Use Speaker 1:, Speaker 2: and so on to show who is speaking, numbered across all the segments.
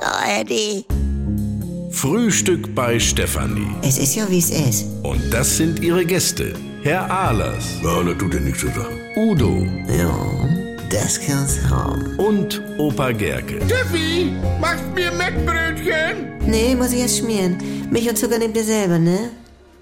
Speaker 1: ARD.
Speaker 2: Frühstück bei Stefanie.
Speaker 1: Es ist ja, wie es ist.
Speaker 2: Und das sind ihre Gäste. Herr Ahlers,
Speaker 3: Ja, das tut ja nichts zu sagen.
Speaker 2: Udo
Speaker 1: Ja, das kann's haben.
Speaker 2: und Opa Gerke.
Speaker 4: Steffi, machst mir Mettbrötchen?
Speaker 1: Nee, muss ich erst schmieren. Milch und Zucker nehmt ihr selber, ne?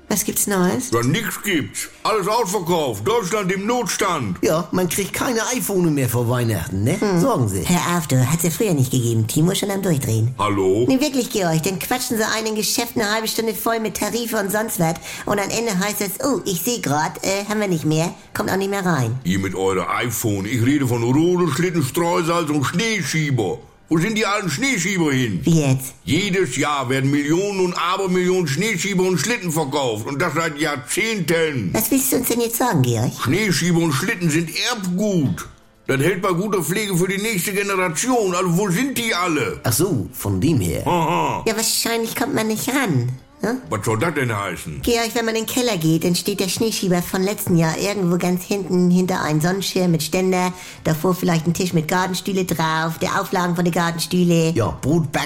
Speaker 1: Was gibt's Neues?
Speaker 3: Da nichts gibt's. Alles ausverkauft. Deutschland im Notstand.
Speaker 5: Ja, man kriegt keine iPhone mehr vor Weihnachten, ne? Sorgen Sie.
Speaker 1: Hör auf, du. Hat's ja früher nicht gegeben. Timo schon am Durchdrehen.
Speaker 3: Hallo?
Speaker 1: Nee, wirklich, Georg, dann quatschen sie einen Geschäft eine halbe Stunde voll mit Tarife und sonst was. Und am Ende heißt es, oh, ich sehe grad, äh, haben wir nicht mehr, kommt auch nicht mehr rein.
Speaker 3: Ihr mit eurem iPhone. Ich rede von Rudelschlitten, Streusalz und Schneeschieber. Wo sind die alten Schneeschieber hin?
Speaker 1: Wie jetzt?
Speaker 3: Jedes Jahr werden Millionen und Abermillionen Schneeschieber und Schlitten verkauft. Und das seit Jahrzehnten.
Speaker 1: Was willst du uns denn jetzt sagen, Georg?
Speaker 3: Schneeschieber und Schlitten sind Erbgut. Das hält bei guter Pflege für die nächste Generation. Also wo sind die alle?
Speaker 5: Ach so, von dem
Speaker 3: Hm?
Speaker 5: her.
Speaker 3: Aha.
Speaker 1: Ja, wahrscheinlich kommt man nicht ran. Hm?
Speaker 3: Was soll das denn heißen?
Speaker 1: Georg, wenn man in den Keller geht, dann steht der Schneeschieber von letzten Jahr irgendwo ganz hinten hinter einem Sonnenschirm mit Ständer, davor vielleicht ein Tisch mit Gartenstühle drauf, der Auflagen von den Gartenstühle.
Speaker 5: Ja,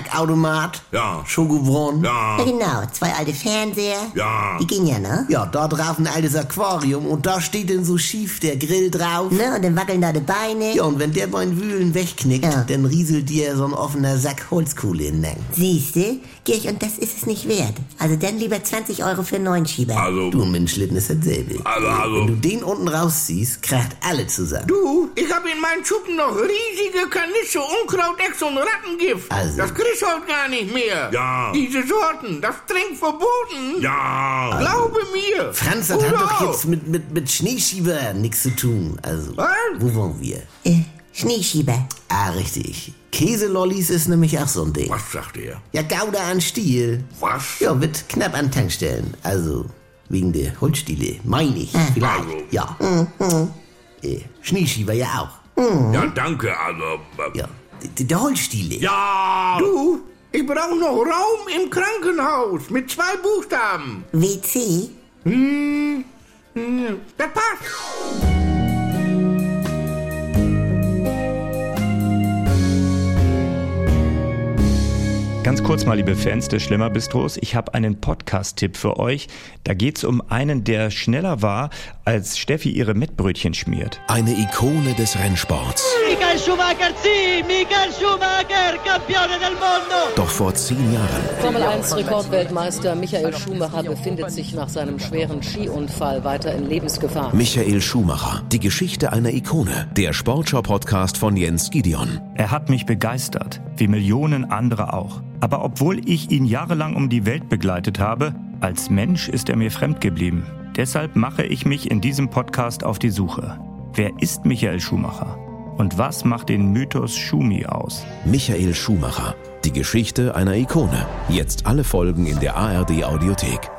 Speaker 5: Brotbackautomat.
Speaker 3: Ja.
Speaker 5: Schokobron.
Speaker 1: Ja,
Speaker 3: Ja.
Speaker 1: genau, zwei alte Fernseher.
Speaker 3: Ja.
Speaker 1: Die gehen ja, ne?
Speaker 5: Ja, da drauf ein altes Aquarium und da steht denn so schief der Grill drauf.
Speaker 1: Ne, und dann wackeln da die Beine.
Speaker 5: Ja, und wenn der beim Wühlen wegknickt,
Speaker 1: Ja.
Speaker 5: dann rieselt dir so ein offener Sack Holzkohle in den Nacken.
Speaker 1: Siehste, Georg, und das ist es nicht wert. Also dann lieber 20 Euro für einen neuen Schieber.
Speaker 3: Also,
Speaker 5: Du, mein Schlitten ist dasselbe.
Speaker 3: Also, also.
Speaker 5: Wenn du den unten rausziehst, kracht alle zusammen.
Speaker 4: Du, ich hab in meinem Schuppen noch riesige Kanisse Unkrautex und Rattengift.
Speaker 5: Also.
Speaker 4: Das kriegst du heute gar nicht mehr.
Speaker 3: Ja.
Speaker 4: Diese Sorten, das trinkt verboten.
Speaker 3: ja.
Speaker 4: Glaube mir.
Speaker 5: Franz, das
Speaker 4: Oder
Speaker 5: hat doch
Speaker 4: auch.
Speaker 5: jetzt mit, mit, mit Schneeschieber nichts zu tun. Also,
Speaker 4: Was?
Speaker 5: wo waren wir?
Speaker 1: äh, Schneeschieber.
Speaker 5: Ah, richtig. Käselollis ist nämlich auch so ein Ding.
Speaker 3: Was sagt er?
Speaker 5: Ja, Gouda an Stiel.
Speaker 3: Was?
Speaker 5: Ja, wird knapp an Tankstellen. Also, wegen der Holzstiele, meine ich.
Speaker 3: Also,
Speaker 5: Vielleicht, ja. Äh, Schneeschieber ja auch.
Speaker 3: Ja, danke, also. äh,
Speaker 5: Ja, d- d- der Holzstiele.
Speaker 3: Ja.
Speaker 4: Du, ich brauch noch Raum im Krankenhaus mit zwei Buchstaben.
Speaker 1: WC?
Speaker 4: Das passt.
Speaker 6: Ganz kurz mal, liebe Fans des Schlemmerbistros, ich habe einen Podcast-Tipp für euch. Da geht's um einen, der schneller war, als Steffi ihre Mettbrötchen schmiert.
Speaker 7: Eine Ikone des Rennsports.
Speaker 8: Michael Schumacher, sì, Michael Schumacher, campione del mondo!
Speaker 7: Doch vor zehn Jahren
Speaker 9: Formel 1 Rekordweltmeister Michael Schumacher befindet sich nach seinem schweren Skiunfall weiter in Lebensgefahr.
Speaker 7: Michael Schumacher. Die Geschichte einer Ikone. Der Sportschau-Podcast von Jens Gideon.
Speaker 6: Er hat mich begeistert, wie Millionen andere auch. Aber obwohl ich ihn jahrelang um die Welt begleitet habe, als Mensch ist er mir fremd geblieben. Deshalb mache ich mich in diesem Podcast auf die Suche. Wer ist Michael Schumacher? Und was macht den Mythos Schumi aus?
Speaker 7: Michael Schumacher. Die Geschichte einer Ikone. Jetzt alle Folgen in der ARD Audiothek.